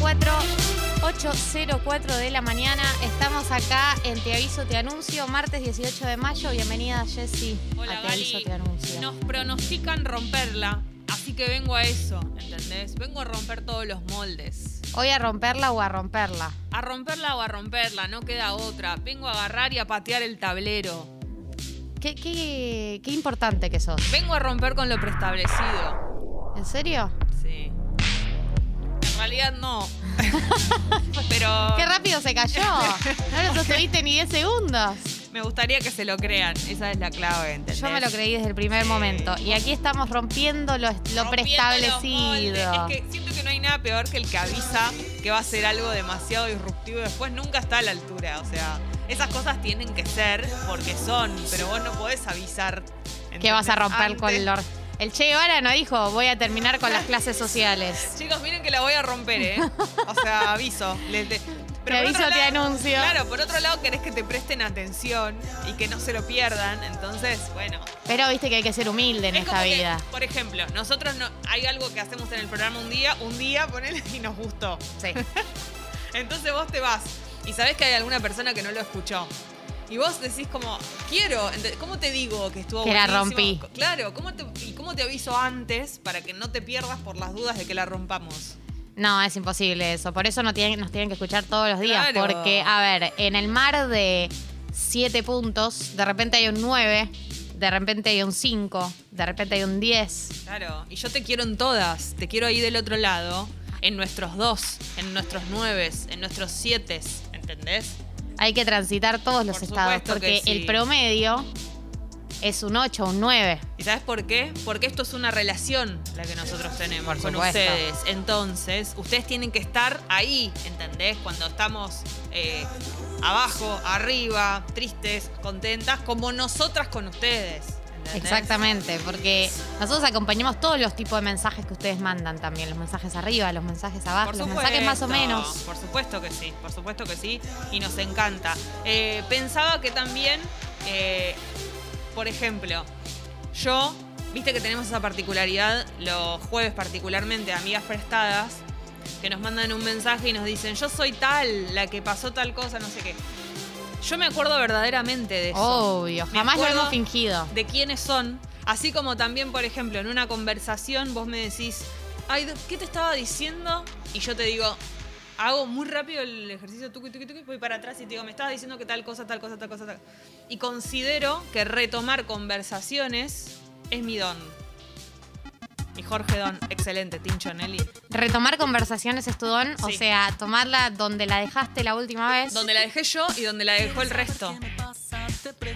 804 804 de la mañana. Estamos acá en Te Aviso, Te Anuncio, martes 18 de mayo. Bienvenida, Jessy. Hola, a Te Gali. Aviso, Te Anuncio. Nos pronostican romperla, así que vengo a eso, ¿entendés? Vengo a romper todos los moldes. Hoy a romperla o a romperla. A romperla o a romperla, no queda otra. Vengo a agarrar y a patear el tablero. Qué, qué, qué importante que sos. Vengo a romper con lo preestablecido. ¿En serio? Sí. En realidad no. Pero Qué rápido se cayó. No lo sostuviste ni 10 segundos. me gustaría que se lo crean. Esa es la clave, ¿entendés? Yo me lo creí desde el primer Sí. momento. Y aquí estamos rompiendo lo, est- lo Rompiendo los moldes. preestablecido. Es que siento que no hay nada peor que el que avisa que va a ser algo demasiado disruptivo y después nunca está a la altura. O sea, esas cosas tienen que ser porque son, pero vos no podés avisar. Que vas a romper ¿entendés? con Antes. el or- El Che Guevara no dijo, voy a terminar con las clases sociales. Chicos, miren que la voy a romper, ¿eh? O sea, aviso. Les de- Te por otro aviso, te lado- anuncio. Claro, por otro lado querés que te presten atención y que no se lo pierdan. Entonces, bueno, Pero viste que hay que ser humilde en Es esta como que, vida. por ejemplo, nosotros no, hay algo que hacemos en el programa un día, un día, ponele y nos gustó. Sí. Entonces vos te vas y sabés que hay alguna persona que no lo escuchó. Y vos decís como, quiero, ente- ¿cómo te digo que estuvo Que la buenísimo? rompí. Claro, ¿cómo te, ¿y cómo te aviso antes para que no te pierdas por las dudas de que la rompamos? No, es imposible eso. Por eso no tienen, nos tienen que escuchar todos los días. Claro. Porque, a ver, en el mar de siete puntos, de repente hay un 9, de repente hay un 5, de repente hay un 10. Claro, y yo te quiero en todas, te quiero ahí del otro lado, en nuestros dos, en nuestros nueves, en nuestros siete, ¿entendés? Hay que transitar todos los Por estados. supuesto que Porque sí. el promedio es un 8, un 9. ¿Y sabes por qué? Porque esto es una relación la que nosotros tenemos Por con supuesto. ustedes. Entonces, ustedes tienen que estar ahí, ¿entendés? Cuando estamos eh, abajo, arriba, tristes, contentas, como nosotras con ustedes. ¿entendés? Exactamente, porque nosotros acompañamos todos los tipos de mensajes que ustedes mandan también, los mensajes arriba, los mensajes abajo, Por los supuesto, mensajes más o menos. Por supuesto que sí, por supuesto que sí, y nos encanta. Eh, pensaba que también, eh, por ejemplo, yo, viste que tenemos esa particularidad, los jueves particularmente, amigas prestadas, que nos mandan un mensaje y nos dicen, yo soy tal, la que pasó tal cosa, no sé qué. Yo me acuerdo verdaderamente de eso Obvio, Me jamás lo acuerdo- hemos fingido. de quiénes son, así como también, por ejemplo, en una conversación vos me decís, ay, do- ¿qué te estaba diciendo? Y yo te digo, hago muy rápido el ejercicio, tuqui, tuqui, tuqui, voy para atrás y te digo, me estabas diciendo que tal cosa, tal cosa, tal cosa, tal. Y considero que retomar conversaciones es mi don. Y Jorge Don, excelente, Tincho Nelly. Retomar conversaciones es tu don, o Sí. sea, tomarla donde la dejaste la última vez. Donde la dejé yo y donde la dejó el resto.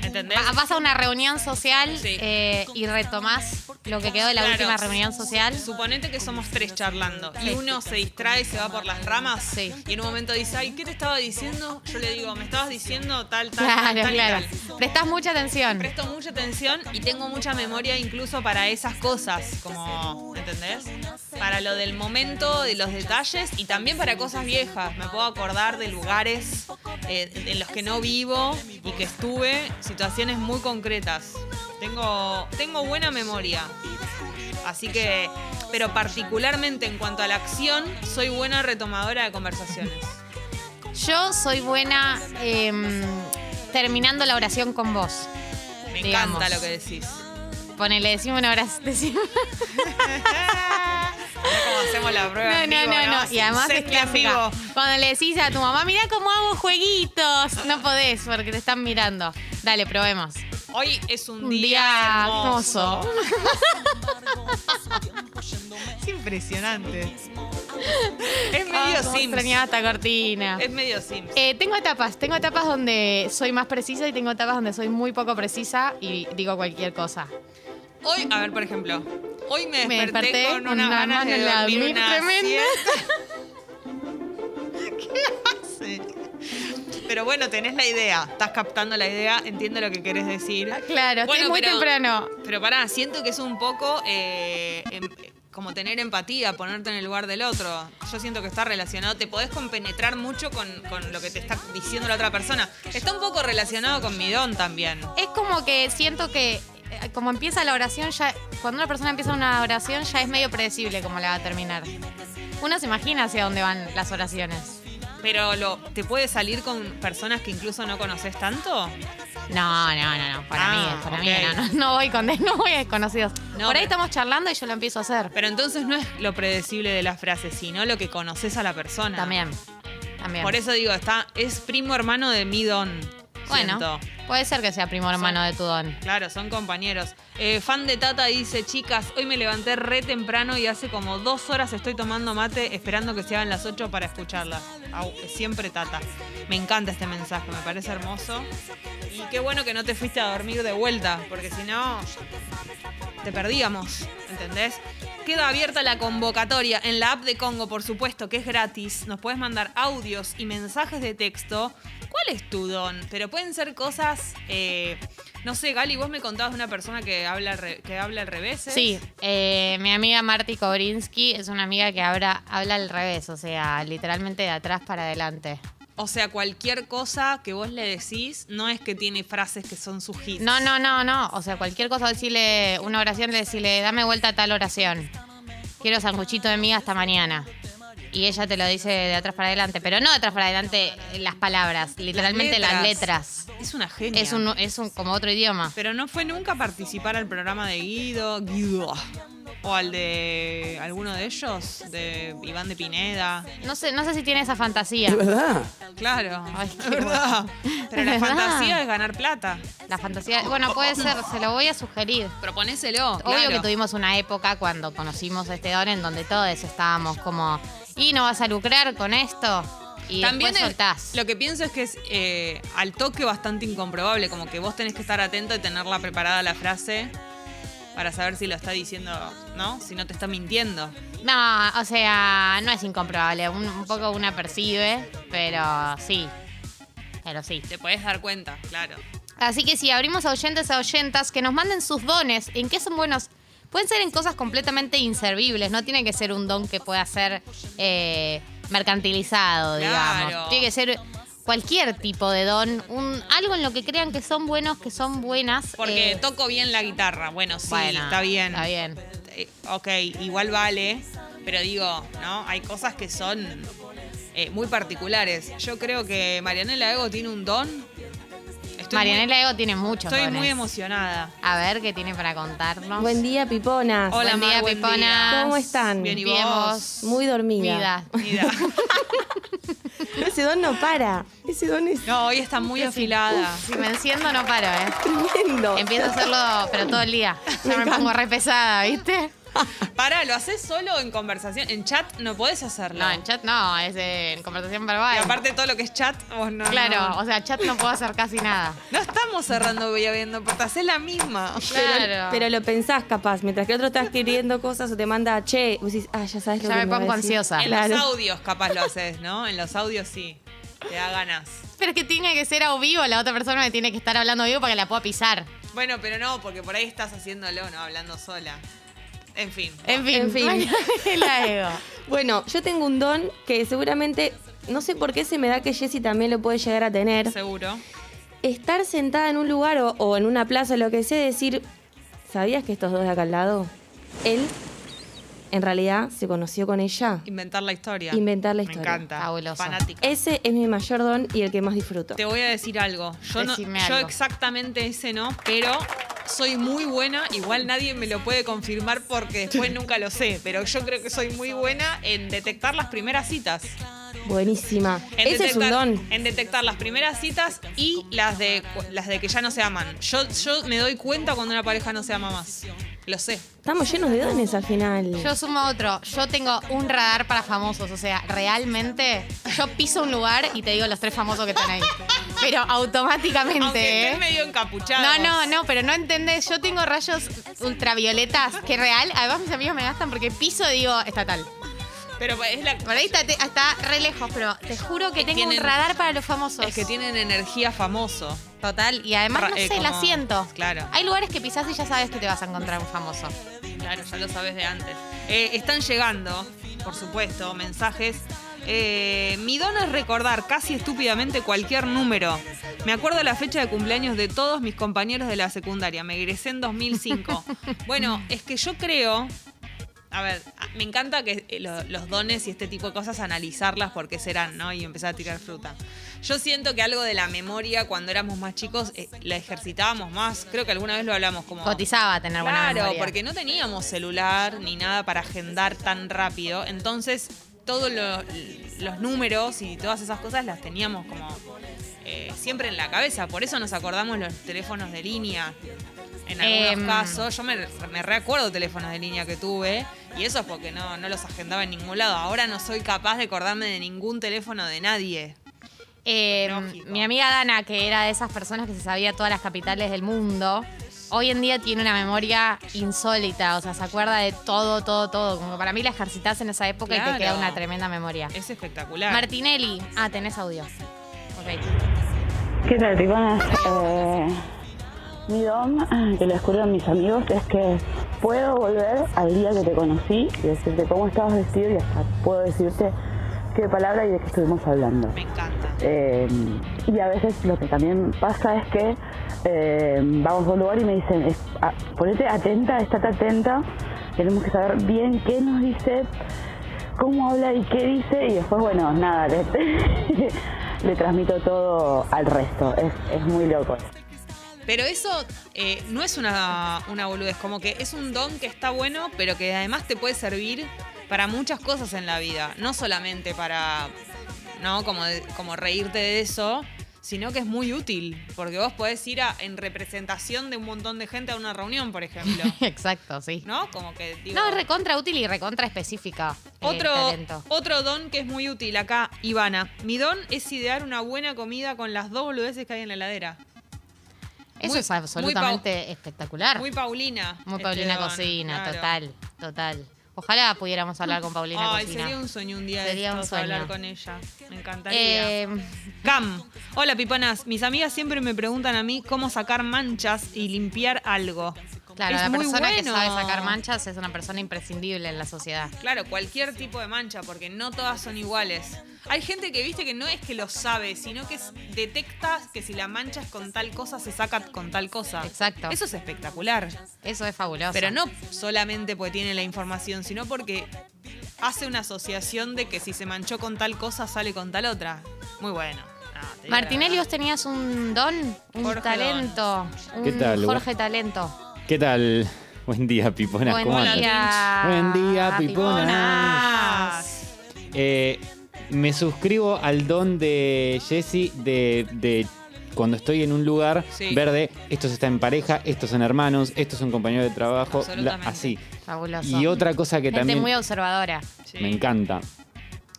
¿Entendés? Va- Ah, Vas a una reunión social Sí. eh, y retomás lo que quedó de la Claro. última reunión social. Suponete que somos tres charlando y Sí. uno se distrae, se va por las ramas Sí. y en un momento dice, ay, ¿qué te estaba diciendo? Yo le digo, me estabas diciendo tal, tal, tal, Claro, tal, y claro. tal". Prestás mucha atención. Presto mucha atención y tengo mucha memoria incluso para esas cosas, como, ¿entendés? Para lo del momento, de los detalles y también para cosas viejas. Me puedo acordar de lugares eh, en los que no vivo y que estuve, situaciones muy concretas. Tengo, tengo buena memoria. Así que, pero particularmente en cuanto a la acción, soy buena retomadora de conversaciones. Yo soy buena em, terminando la oración con vos. Me Digamos. encanta lo que decís. Ponele, decime una oración. decime- ¿Cómo hacemos la prueba? Ah. No, en no, vivo, no, no. Y además es Sexting en clásica. vivo. Cuando le decís a tu mamá, mirá cómo hago jueguitos. No podés porque te están mirando. Dale, probemos. Hoy es un, Un día, día hermoso. hermoso. es impresionante. Es medio Ah, cómo Sims. extrañaba esta cortina. Es medio Sims. Eh, tengo etapas, tengo etapas donde soy más precisa y tengo etapas donde soy muy poco precisa y digo cualquier cosa. Hoy, a ver, por ejemplo. Hoy me Me desperté, desperté con con una una ganas mano de en la dormir dormir una tremenda. siesta. ¿Qué hace? Pero bueno, tenés la idea. Estás captando la idea. Entiendo lo que querés decir. Claro, Bueno, estoy muy pero- temprano. Pero pará, siento que es un poco eh, em- como tener empatía, ponerte en el lugar del otro. Yo siento que está relacionado, te podés compenetrar mucho con, con lo que te está diciendo la otra persona. Está un poco relacionado con mi don también. Es como que siento que eh, como empieza la oración ya cuando una persona empieza una oración ya es medio predecible cómo la va a terminar. Uno se imagina hacia dónde van las oraciones. Pero lo, ¿te puede salir con personas que incluso no conoces tanto? No, no, no, no. Para Ah, mí, para ok. mí, no, no, no voy con de- no voy a desconocidos. No, Por ahí pero- estamos charlando y yo lo empiezo a hacer. Pero entonces no es lo predecible de las frases, sino lo que conoces a la persona. También. También. Por eso digo, está, es primo hermano de mi don. bueno, siento. puede ser que sea primo hermano de tu don. Claro, son compañeros. Eh, fan de Tata dice, chicas, hoy me levanté re temprano y hace como dos horas estoy tomando mate esperando que se hagan las ocho para escucharla. Au, es siempre Tata. Me encanta este mensaje, me parece hermoso. Y qué bueno que no te fuiste a dormir de vuelta, porque si no, te perdíamos, ¿entendés? Queda abierta la convocatoria en la app de Congo, por supuesto, que es gratis. Nos puedes mandar audios y mensajes de texto. ¿Cuál es tu don? Pero pueden ser cosas, eh, no sé, Gali, vos me contabas de una persona que habla, al re- que habla al revés. ¿es? Sí, eh, mi amiga Marty Kobrinsky es una amiga que habla, habla al revés, o sea, literalmente de atrás para adelante. O sea, cualquier cosa que vos le decís no es que tiene frases que son sus hits. No, no, no, no. O sea, cualquier cosa, decirle una oración, decirle, dame vuelta a tal oración. Quiero sanguchito de miga hasta mañana. Y ella te lo dice de atrás para adelante, pero no de atrás para adelante las palabras, literalmente las letras. Es una genia. Es un, es un como otro idioma. Pero no fue nunca a participar al programa de Guido, Guido. O al de alguno de ellos, de Iván de Pineda. No sé, no sé si tiene esa fantasía. Claro, Ay, es qué verdad. Pero la Es verdad. fantasía es ganar plata. La fantasía. Bueno, puede ser, se lo voy a sugerir. Proponéselo. Obvio claro. que tuvimos una época cuando conocimos este don en donde todos estábamos como, y no vas a lucrar con esto. Y También después es- soltás. lo que pienso es que es eh, al toque bastante incomprobable, como que vos tenés que estar atento y tenerla preparada la frase para saber si lo está diciendo, ¿no? Si no te está mintiendo. No, o sea, no es incomprobable. Un, un poco una percibe, pero sí. Pero sí. Te podés dar cuenta, claro. Así que si abrimos a oyentes a oyentas que nos manden sus dones, ¿en qué son buenos? Pueden ser en cosas completamente inservibles, no tiene que ser un don que pueda ser eh, mercantilizado, digamos. Claro. Tiene que ser cualquier tipo de don, un, algo en lo que crean que son buenos, que son buenas. Porque eh, toco bien la guitarra. Bueno, sí, bueno, está bien. Está bien. Eh, ok, igual vale, pero digo, ¿no? Hay cosas que son eh, muy particulares. Yo creo que Marianela Ego tiene un don. Estoy Marianela Ego tiene muchos Muy, estoy dones. muy emocionada. A ver qué tiene para contarnos. Buen día, piponas. Hola, Buen día, Mar, buen día. Pipona. ¿Cómo están? Bien, ¿y Bien, vos? vos. Muy dormida. Vida. Mira. Ese don no para. Ese don es No, hoy está muy afilada. Si me enciendo no paro, ¿eh? tremendo. Empiezo a hacerlo, pero todo el día. Ya me pongo re pesada, ¿viste? Para, ¿lo haces solo en conversación? En chat no podés hacerlo. No, en chat no, es en conversación verbal. Y aparte todo lo que es chat, vos no. claro, No, o sea, chat no puedo hacer casi nada. No estamos cerrando y abriendo puertas, es la misma. Claro. Pero lo pensás capaz, mientras que el otro está escribiendo cosas o te manda, che, vos decís, ah, ya sabes lo Ya me que va a pongo decir". ansiosa. En Claro. los audios capaz lo haces, ¿no? En los audios sí. Te da ganas. Pero es que tiene que ser a vivo, la otra persona me tiene que estar hablando vivo para que la pueda pisar. Bueno, pero no, porque por ahí estás haciéndolo, no hablando sola. En fin. En fin, En fin. la ego. Bueno, yo tengo un don que seguramente, no sé por qué se me da que Jessy también lo puede llegar a tener. Seguro. Estar sentada en un lugar o, o en una plaza, lo que sea, decir, ¿sabías que estos dos de acá al lado? Él, en realidad, se conoció con ella. Inventar la historia. Inventar la historia. Me encanta. Fabuloso. Fanática. Ese es mi mayor don y el que más disfruto. Te voy a decir algo. Yo, no, Decime yo algo. exactamente ese no, pero soy muy buena. Igual nadie me lo puede confirmar porque después nunca lo sé. Pero yo creo que soy muy buena en detectar las primeras citas. Buenísima. En Ese es un detectar- don. En detectar las primeras citas y las de las de que ya no se aman. Yo, yo me doy cuenta cuando una pareja no se ama más. Lo sé. Estamos llenos de dones al final. Yo sumo otro. Yo tengo un radar para famosos. O sea, realmente yo piso un lugar y te digo los tres famosos que están ahí. Pero automáticamente. Aunque ¿eh? estés medio encapuchado. No, no, no, pero no entendés. Yo tengo rayos ultravioletas, que es real. Además, mis amigos me gastan porque piso, digo, estatal. Pero es la. Por ahí está, te- está re lejos, pero te juro que tengo tienen- un radar para los famosos. Es que tienen energía famoso. Total, y además, no Ra- eh, sé, la como- siento. claro. Hay lugares que pisás y ya sabes que te vas a encontrar un famoso. Claro, ya lo sabes de antes. Eh, están llegando, por supuesto, mensajes. Eh, mi don es recordar casi estúpidamente cualquier número. Me acuerdo la fecha de cumpleaños de todos mis compañeros de la secundaria. Me egresé en 2005. bueno, es que yo creo. A ver, a- me encanta que eh, lo- los dones y este tipo de cosas analizarlas porque serán, ¿no? Y empezar a tirar fruta. Yo siento que algo de la memoria cuando éramos más chicos eh, la ejercitábamos más. Creo que alguna vez lo hablamos como Cotizaba tener buena Claro, memoria. porque no teníamos celular ni nada para agendar tan rápido. Entonces, todos lo- los números y todas esas cosas las teníamos como eh, siempre en la cabeza. Por eso nos acordamos los teléfonos de línea. En algunos Em. casos, yo me, me reacuerdo teléfonos de línea que tuve y eso es porque no, no los agendaba en ningún lado. Ahora no soy capaz de acordarme de ningún teléfono de nadie. Eh, Lógico. mi amiga Dana, que era de esas personas que se sabía todas las capitales del mundo, hoy en día tiene una memoria insólita, o sea, se acuerda de todo, todo, todo. Como que para mí la ejercitas en esa época y te Claro. queda una tremenda memoria. Es espectacular. Martinelli, ah, tenés audio. Ok. ¿Qué tal, Rigonas? Eh, mi don, que lo descubrieron mis amigos, es que puedo volver al día que te conocí y decirte cómo estabas vestido y hasta puedo decirte qué palabra y de qué estuvimos hablando. Me encanta. Eh, y a veces lo que también pasa es que eh, vamos a un lugar y me dicen, es- a- ponete atenta, estate atenta, tenemos que saber bien qué nos dice, cómo habla y qué dice, y después, bueno, nada, le, le transmito todo al resto, es, es muy loco. Pero eso eh, no es una, una boludez, como que es un don que está bueno, pero que además te puede servir para muchas cosas en la vida. No solamente para, ¿no? Como, de- como reírte de eso, sino que es muy útil, porque vos podés ir a- en representación de un montón de gente a una reunión, por ejemplo. Exacto, sí. ¿No? Como que digo, No, es recontra útil y recontra específica. eh, el otro, talento. otro don que es muy útil acá, Ivana. Mi don es idear una buena comida con las dos boludeces que hay en la heladera. Eso muy- es absolutamente espectacular. Muy Ah. Muy, Paulina. este Paulina don, Cocina, claro. total, total. Ojalá pudiéramos hablar con Paulina Ay, Cocina. sería un sueño un día Sería de un estos hablar sueño. con ella. Me encantaría. Eh, Cam. Hola, piponas. Mis amigas siempre me preguntan a mí cómo sacar manchas y limpiar algo. claro, Es la muy persona que bueno. sabe sacar manchas es una persona imprescindible en la sociedad. Claro, cualquier tipo de mancha, porque no todas son iguales. Hay gente que viste que no es que lo sabe, sino que s- detecta que si la mancha es con tal cosa, se saca con tal cosa. Exacto. Eso es espectacular. Eso es fabuloso. Pero no solamente porque tiene la información, sino porque hace una asociación de que si se manchó con tal cosa, sale con tal otra. Muy bueno. No, te digo la Martinelli, verdad. vos tenías un don, un Jorge talento, un ¿Qué tal? Jorge Talento. ¿Qué tal? Buen día, Pipona. Buen ¿Cómo andas? día. Buen día, Piponas. Eh, me suscribo al don de Jesse de, de cuando estoy en un lugar Sí. verde, estos están en pareja, estos son hermanos, estos son compañeros de trabajo, la- Absolutamente. así. Fabuloso. Y otra cosa que Gente también muy observadora. Sí. me encanta.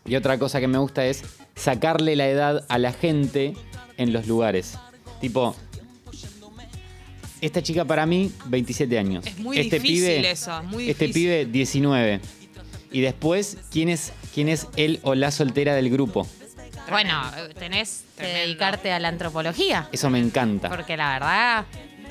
Y otra cosa que me gusta es sacarle la edad a la gente en los lugares. Tipo, esta chica para mí, 27 años. Es muy este difícil pibe, eso, muy Este difícil. pibe, 19. Y después, ¿quién es, quién es él o la soltera del grupo? Bueno, tenés que Tremendo. dedicarte a la antropología. Eso me encanta. Porque la verdad,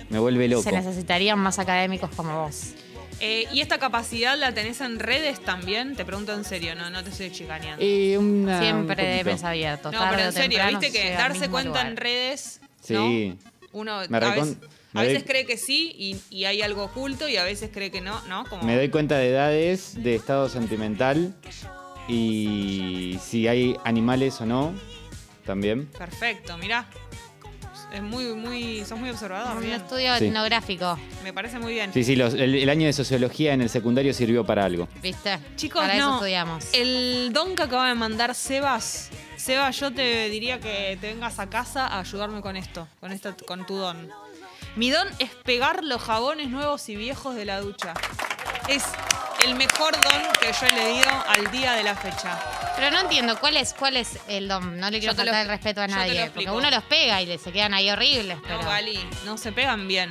Me vuelve loco. se necesitarían más académicos como vos. Eh, ¿Y esta capacidad la tenés en redes también? Te pregunto en serio, no, no te estoy chicaneando. Eh, una- Siempre un de poquito. mesa abierta. no, pero en serio, viste que darse cuenta en redes. ¿no? Sí. Uno Me a veces, recon- me a veces doy- cree que sí y, y hay algo oculto y a veces cree que no, ¿no? Como, Me doy cuenta de edades, de estado sentimental y si hay animales o no, también. Perfecto, mirá. Es muy, muy, sos muy observador. Un bien. estudio Sí. etnográfico, Me parece muy bien. Sí, sí, los- el, el año de sociología en el secundario sirvió para algo. ¿viste? Chicos, Para no. Eh, eso estudiamos. El don que acaba de mandar Sebas. Sebas, yo te diría que te vengas a casa a ayudarme con esto, con, esta, con tu don. Mi don es pegar los jabones nuevos y viejos de la ducha. Es el mejor don que yo he leído al día de la fecha. Pero no entiendo, ¿cuál es, cuál es el dom? No le quiero Yo te faltar lo el respeto a yo te lo nadie. Porque explico. uno los pega y le- se quedan ahí horribles. No, Pero Gali, no se pegan bien.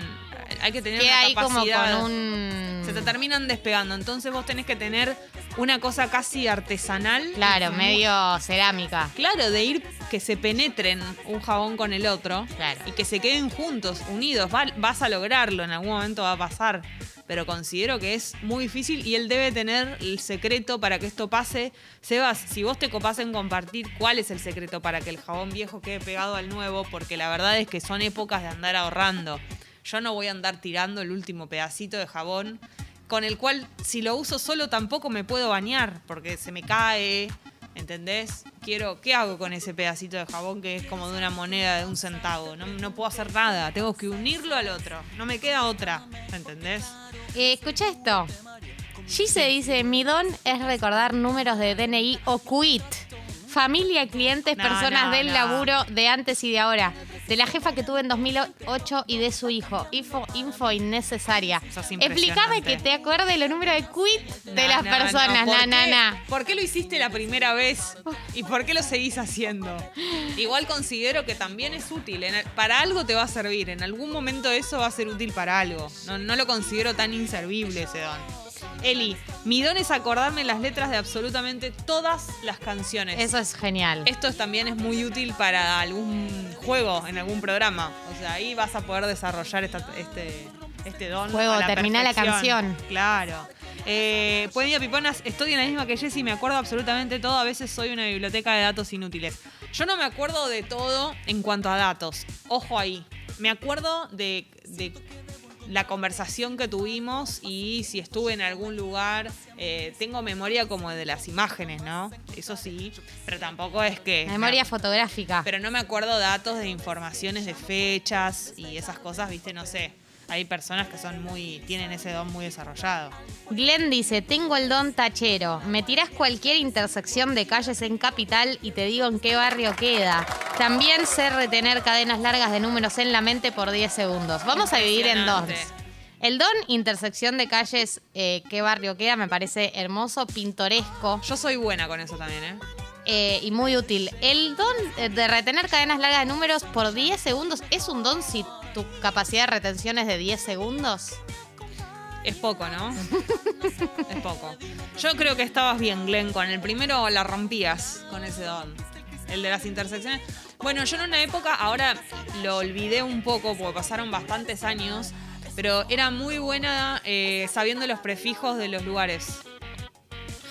Hay que tener queda una ahí como capacidad. con un. Se te terminan despegando. Entonces vos tenés que tener una cosa casi artesanal. Claro, Muy- medio cerámica. Claro, de ir que se penetren un jabón con el otro Claro. y que se queden juntos, unidos. Va- vas a lograrlo, en algún momento va a pasar. Pero considero que es muy difícil y él debe tener el secreto para que esto pase. Sebas, si vos te copás en compartir cuál es el secreto para que el jabón viejo quede pegado al nuevo, porque la verdad es que son épocas de andar ahorrando. Yo no voy a andar tirando el último pedacito de jabón con el cual si lo uso solo tampoco me puedo bañar porque se me cae, ¿entendés? Quiero, ¿qué hago con ese pedacito de jabón que es como de una moneda de un centavo? No, no puedo hacer nada, tengo que unirlo al otro, no me queda otra, ¿entendés? Eh, escucha esto. Gise dice, mi don es recordar números de DNI o quit. Familia, clientes, No, personas no, del no. laburo de antes y de ahora. De la jefa que tuve en 2008 y de su hijo. Info, info innecesaria. Sos Explícame impresionante. que te acuerdes los números de quit de No, las no, no. personas, ¿Por na, qué? na, na. ¿Por qué lo hiciste la primera vez? ¿Y por qué lo seguís haciendo? Igual considero que también es útil. en el- para algo te va a servir. En algún momento eso va a ser útil para algo. No, no lo considero tan inservible ese don. Eli, mi don es acordarme las letras de absolutamente todas las canciones. Eso es genial. Esto es- también es muy útil para algún juego, en algún programa. O sea, ahí vas a poder desarrollar esta- este, este don. Juego, a la terminá la perfección. canción. Claro. Eh, buen día, Piponas. Estoy en la misma que Jessy, me acuerdo absolutamente todo. A veces soy una biblioteca de datos inútiles. Yo no me acuerdo de todo en cuanto a datos. Ojo ahí. Me acuerdo de, de la conversación que tuvimos y si estuve en algún lugar. Eh, tengo memoria como de las imágenes, ¿no? Eso sí. Pero tampoco es que. Memoria fotográfica. Pero no me acuerdo datos de informaciones de fechas y esas cosas, viste, no sé. Hay personas que son muy. tienen ese don muy desarrollado. Glenn dice, tengo el don tachero. Me tirás cualquier intersección de calles en Capital y te digo en qué barrio queda. También sé retener cadenas largas de números en la mente por 10 segundos. Vamos a dividir en dos. Impresionante. El don intersección de calles, eh, qué barrio queda, me parece hermoso, pintoresco Yo soy buena con eso también, ¿eh? eh, y muy útil. El don eh, de retener cadenas largas de números por 10 segundos, ¿es un don si tu capacidad de retención es de 10 segundos? Es poco, ¿no? es poco. Yo creo que estabas bien, Glenn, con el primero la rompías con ese don. El de las intersecciones. Bueno, yo en una época, ahora lo olvidé un poco porque pasaron bastantes años, pero era muy buena eh, sabiendo los prefijos de los lugares.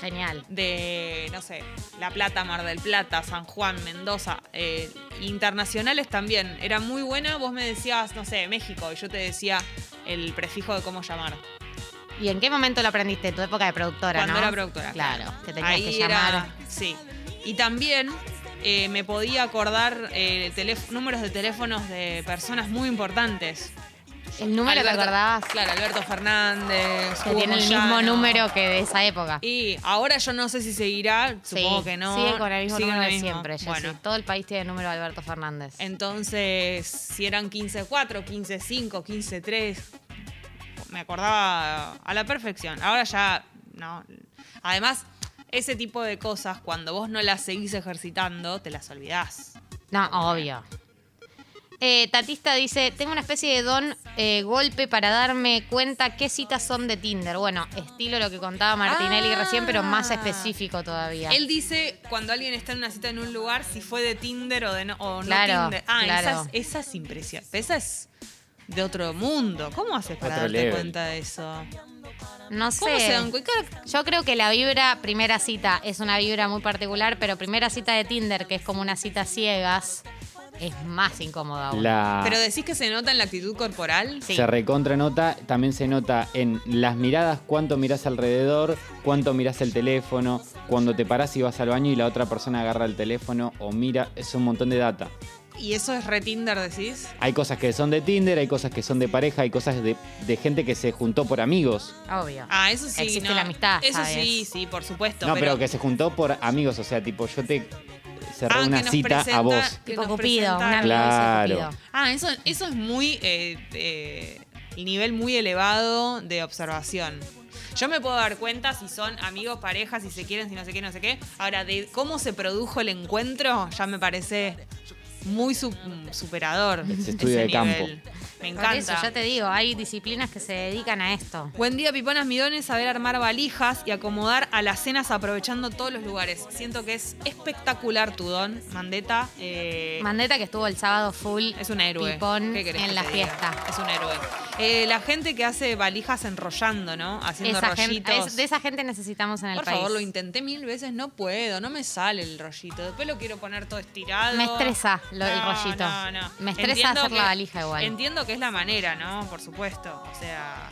Genial. de, no sé, La Plata, Mar del Plata, San Juan, Mendoza, eh, internacionales también. Era muy buena, vos me decías, no sé, México, y yo te decía el prefijo de cómo llamar. ¿Y en qué momento lo aprendiste? Tu época de productora, cuando ¿no? era productora. Claro, que tenías Ahí que era- llamar. sí. Y también eh, me podía acordar eh, teléf- números de teléfonos de personas muy importantes. El número Alberto- te acordabas Claro, Alberto Fernández. que Hugo tiene el Moyano. mismo número que de esa época. Y ahora yo no sé si seguirá, supongo Sí, que no. Sigue con el mismo sigue con número el de mismo. siempre. Jessy. Bueno, Todo el país tiene el número de Alberto Fernández. Entonces, si eran 15-4, 15-5, 15-3, me acordaba a la perfección. Ahora ya, no. Además, ese tipo de cosas, cuando vos no las seguís ejercitando, te las olvidás. No, obvio. Eh, Tatista dice, tengo una especie de don eh, golpe para darme cuenta qué citas son de Tinder. Bueno, estilo lo que contaba Martinelli Ah. recién, pero más específico todavía. Él dice cuando alguien está en una cita en un lugar, si fue de Tinder o, de no, o no Claro, Tinder. Ah, claro. esas, esas impresiones. Esas de otro mundo. ¿Cómo haces para Otro darte level. cuenta de eso? no sé. ¿Cómo se dan cuenta? Yo creo que la vibra primera cita es una vibra muy particular, pero primera cita de Tinder, que es como una cita ciegas, es más incómoda aún. La... Ah, Pero decís que se nota en la actitud corporal. Sí. Se recontra nota, también se nota en las miradas, cuánto mirás alrededor, cuánto mirás el teléfono, cuando te parás y vas al baño y la otra persona agarra el teléfono o mira, es un montón de data. ¿Y eso es re Tinder, decís? Hay cosas que son de Tinder, hay cosas que son de pareja, hay cosas de, de gente que se juntó por amigos. Obvio. Ah, eso sí. Existe no. la amistad, Eso ¿sabes? sí, sí, por supuesto. No, pero, que se juntó por amigos, o sea, tipo, yo te cerré Ah, una que nos cita presenta- a vos. que tipo nos Cupido, presenta- un amigo Claro. que hizo Cupido. Ah, eso, eso es muy. eh, eh, el nivel muy elevado de observación. Yo me puedo dar cuenta si son amigos, parejas, si se quieren, si no sé qué, no sé qué. Ahora, de cómo se produjo el encuentro, ya me parece muy su- mm, superador. Es estudio de campo. Me Por encanta. eso, ya te digo, hay disciplinas que se dedican a esto. Buen día, Piponas Midones, saber armar valijas y acomodar a las cenas aprovechando todos los lugares. Siento que es espectacular tu don, Mandeta. eh, Mandeta que estuvo el sábado full es un héroe. pipón ¿Qué querés que en la te diga? fiesta. Es un héroe. Eh, la gente que hace valijas enrollando, ¿no? Haciendo Esa gente- rollitos. es- de esa gente necesitamos en el Por país. favor, lo intenté mil veces, no puedo, no me sale el rollito. Después lo quiero poner todo estirado. Me estresa lo del rollito. No, no. Me estresa Entiendo hacer la que- valija igual. Entiendo que es la manera, ¿no? Por supuesto. O sea,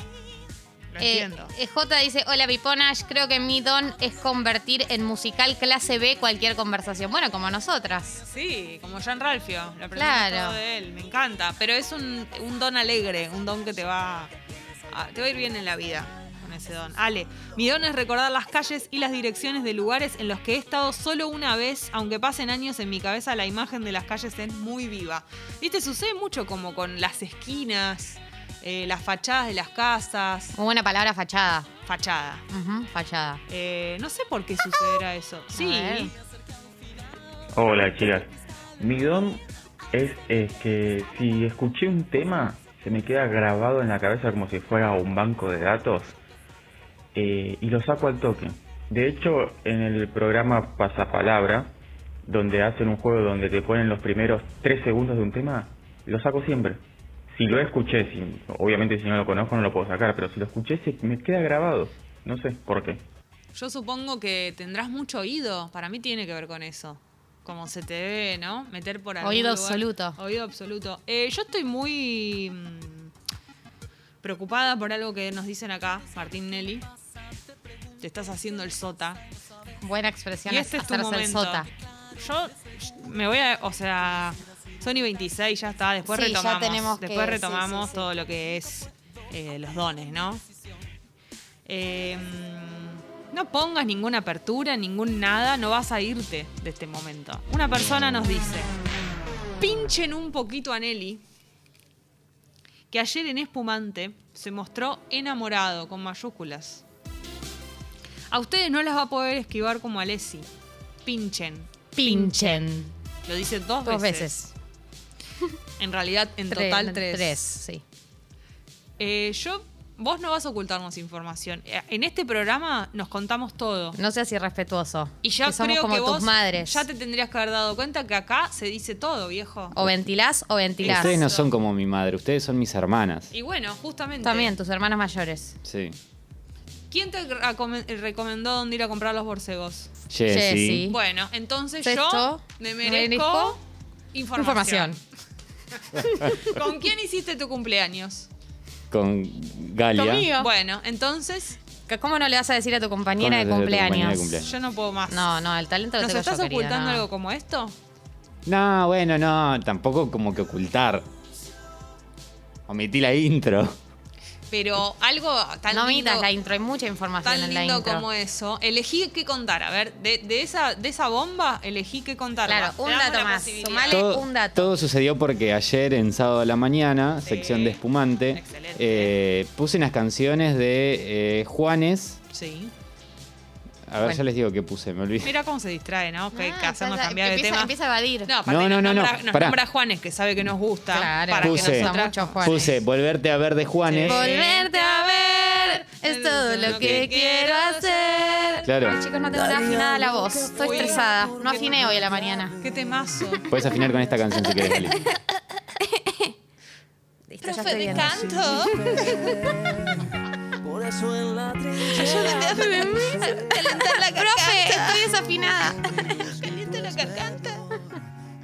Lo Eh, entiendo. eh, J dice, hola Piponash, creo que mi don es convertir en musical clase B cualquier conversación. Bueno, como nosotras. Sí, como Jean Ralphio. Lo aprendí Claro. todo de él. Me encanta. Pero es un, un don alegre, un don que te va, a- te va a ir bien en la vida con ese don. Ale, mi don es recordar las calles y las direcciones de lugares en los que he estado solo una vez, aunque pasen años en mi cabeza, la imagen de las calles es muy viva. Viste, sucede mucho como con las esquinas, eh, las fachadas de las casas. Muy buena palabra, fachada. Fachada. Ujú, fachada. Eh, no sé por qué sucederá eso. ver. Sí, Hola chicas, mi don es, eh, que si escuché un tema se me queda grabado en la cabeza como si fuera un banco de datos eh, y lo saco al toque. De hecho, en el programa Pasapalabra, donde hacen un juego donde te ponen los primeros tres segundos de un tema, lo saco siempre. Si lo escuché, si- obviamente si no lo conozco no lo puedo sacar, pero si lo escuché se me queda grabado. No sé por qué. Yo supongo que tendrás mucho oído. Para mí tiene que ver con eso. Como se te ve, ¿no? Meter por algún Oído lugar. absoluto. Oído absoluto. Eh, yo estoy muy mm, preocupada por algo que nos dicen acá, Martín Nelly. Te estás haciendo el sota. Buena expresión, Y este es tu hacerse el momento. sota. Yo me voy a, o sea, Sony 26 ya está, después Sí, ya retomamos, tenemos que- después sí, retomamos sí, sí. todo lo que es eh, los dones, ¿no? Eh, no pongas ninguna apertura, ningún nada, no vas a irte de este momento. Una persona nos dice, pinchen un poquito a Nelly, que ayer en Espumante se mostró enamorado con mayúsculas. A ustedes no las va a poder esquivar como a Lessi. Pinchen. Pinchen. Lo dice dos, Dos veces. veces. En realidad, en total tres. Tres, sí. Eh, yo, vos no vas a ocultarnos información. Eh, En este programa nos contamos todo. No seas irrespetuoso. Y ya que somos creo como que tus vos madres. ya te tendrías que haber dado cuenta que acá se dice todo, viejo. O ventilás o ventilás. Ustedes no son como mi madre, ustedes son mis hermanas. Y bueno, justamente. También, tus hermanas mayores. Sí. ¿Quién te recome- recomendó dónde ir a comprar los borcegos? Jessy. Jessy. Bueno, entonces yo Sexto, me me merezco merezco información. ¿Con quién hiciste tu cumpleaños? Con Galia. Conmigo. Yo. Bueno, entonces Que ¿Cómo no le vas a decir a tu compañera ¿Cómo de no le vas a decir a cumpleaños? tu compañera de cumpleaños? yo no puedo más. No, no, el talento lo ¿Nos tengo estás yo, querido, ocultando no. algo como esto? No, bueno, no, tampoco como que ocultar. Omití la intro. Pero algo tan no lindo, mitas la intro, hay mucha información tan en la lindo intro. como eso. Elegí qué contar. A ver, de, de esa, de esa bomba elegí qué contar. Claro, Te un damos dato la más. posibilidad. Sumale un dato. todo sucedió porque ayer en sábado a la mañana, Sí. sección de espumante, Excelente. eh, puse unas canciones de eh, Juanes. Sí. A ver, ya les digo qué puse, me olvidé. Mira cómo se distrae, ¿no? Que, que Ah, hacernos ya- ya- cambiar de empieza, tema. Empieza a evadir. No, aparte No, nos no, no, nombra, no, nos pará. nombra Juanes, que sabe que nos gusta. Claro, para que Puse. nos gusta tra- mucho Juanes. Puse Volverte a ver de Juanes. Sí. Volverte a ver es todo lo que quiero hacer. Claro. Ay, chicos, no tengo nada afinada la voz. Estoy Uy. estresada. No afiné hoy a la mañana. Qué temazo. Puedes afinar con esta canción si quieres, Gali. Listo, ya Profe estoy de viendo. canto. Por eso en la trinchera. Calentar la Profe, garganta. estoy desafinada. Caliente la garganta.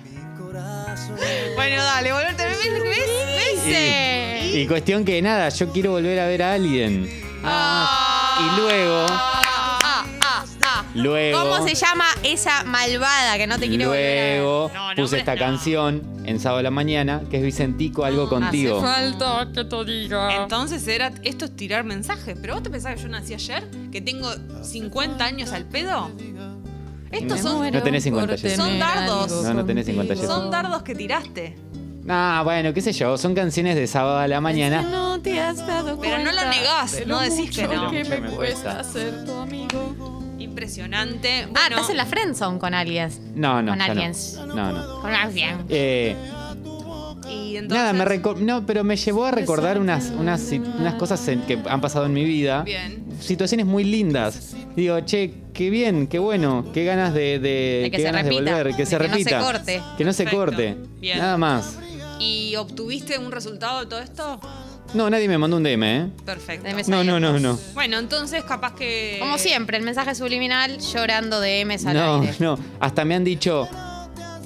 Mi corazón. bueno, dale, volverte a ver. ¿Ves? ¿Ves? Y, y cuestión que nada, yo quiero volver a ver a alguien. Ah, y luego, Ah, ah, ah. luego, ¿Cómo se llama esa malvada que no te quiere volver a ver? luego No, nombres puse esta no. canción en sábado a la mañana que es Vicentico Ah, algo contigo. falta que te diga. Entonces era esto es tirar mensajes. Pero vos te pensás que yo nací ayer, que tengo 50 años al pedo. Estos son, No tenés 50 son Jessy. dardos. No, no tenés 50 Jessy. son dardos que tiraste. No, bueno, qué sé yo, son canciones de sábado a la mañana. No te has dado Pero no la negás, no decís que no. que me cuesta ser tu amigo. Impresionante. Ah, Bueno, estás en la friendzone con alias. No, no, Con ya aliens. no. No, no. Con alguien. Eh, y entonces, nada, me reco- no, pero me llevó a recordar unas, unas, si- unas cosas en- que han pasado en mi vida. Bien. Situaciones muy lindas. Digo, che, qué bien, qué bueno, qué ganas de, de- De que qué se ganas repita, volver, que de se que no se repita. corte. Que no se Perfecto, corte. bien. Nada más. ¿Y obtuviste un resultado de todo esto? No, nadie me mandó un DM, ¿eh? Perfecto. Deme- No, no, no, no. Bueno, entonces capaz que. Como siempre, el mensaje subliminal llorando de M al No, aire. no. Hasta me han dicho,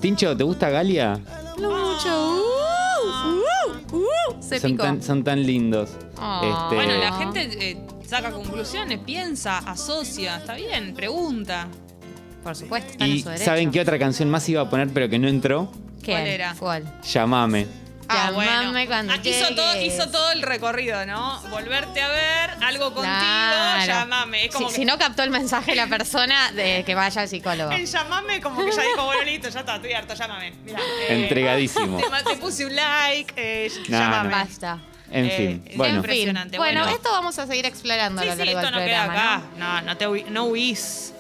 Tincho, ¿te gusta Galia? Lo mucho. Uh, uh, uh. Se son, picó. tan, son tan lindos. Ah. Este, Bueno, Eh, la gente eh, saca conclusiones, piensa, asocia, está bien, pregunta. Por supuesto, están en Y su derecho. ¿saben qué otra canción más iba a poner pero que no entró? ¿Quién? ¿Cuál era? ¿Cuál? Llamame. Ah, Llamame bueno. cuando Ah, hizo, todo, llegues. hizo todo el recorrido, ¿no? Volverte a ver, algo contigo, Claro. llamame. Es como si, que si no captó el mensaje la persona, de que vaya al psicólogo. el llamame como que ya dijo, bueno, listo, ya está, estoy harto, llámame. Mirá, eh, Entregadísimo. te, ma- te puse un like, eh, No, llámame. Basta. En Eh, fin. en Bueno, En fin. Impresionante, Bueno, bueno. esto vamos a seguir explorando Sí, a lo sí, largo esto del no queda programa, acá. ¿no? No, no, te hui- no huís.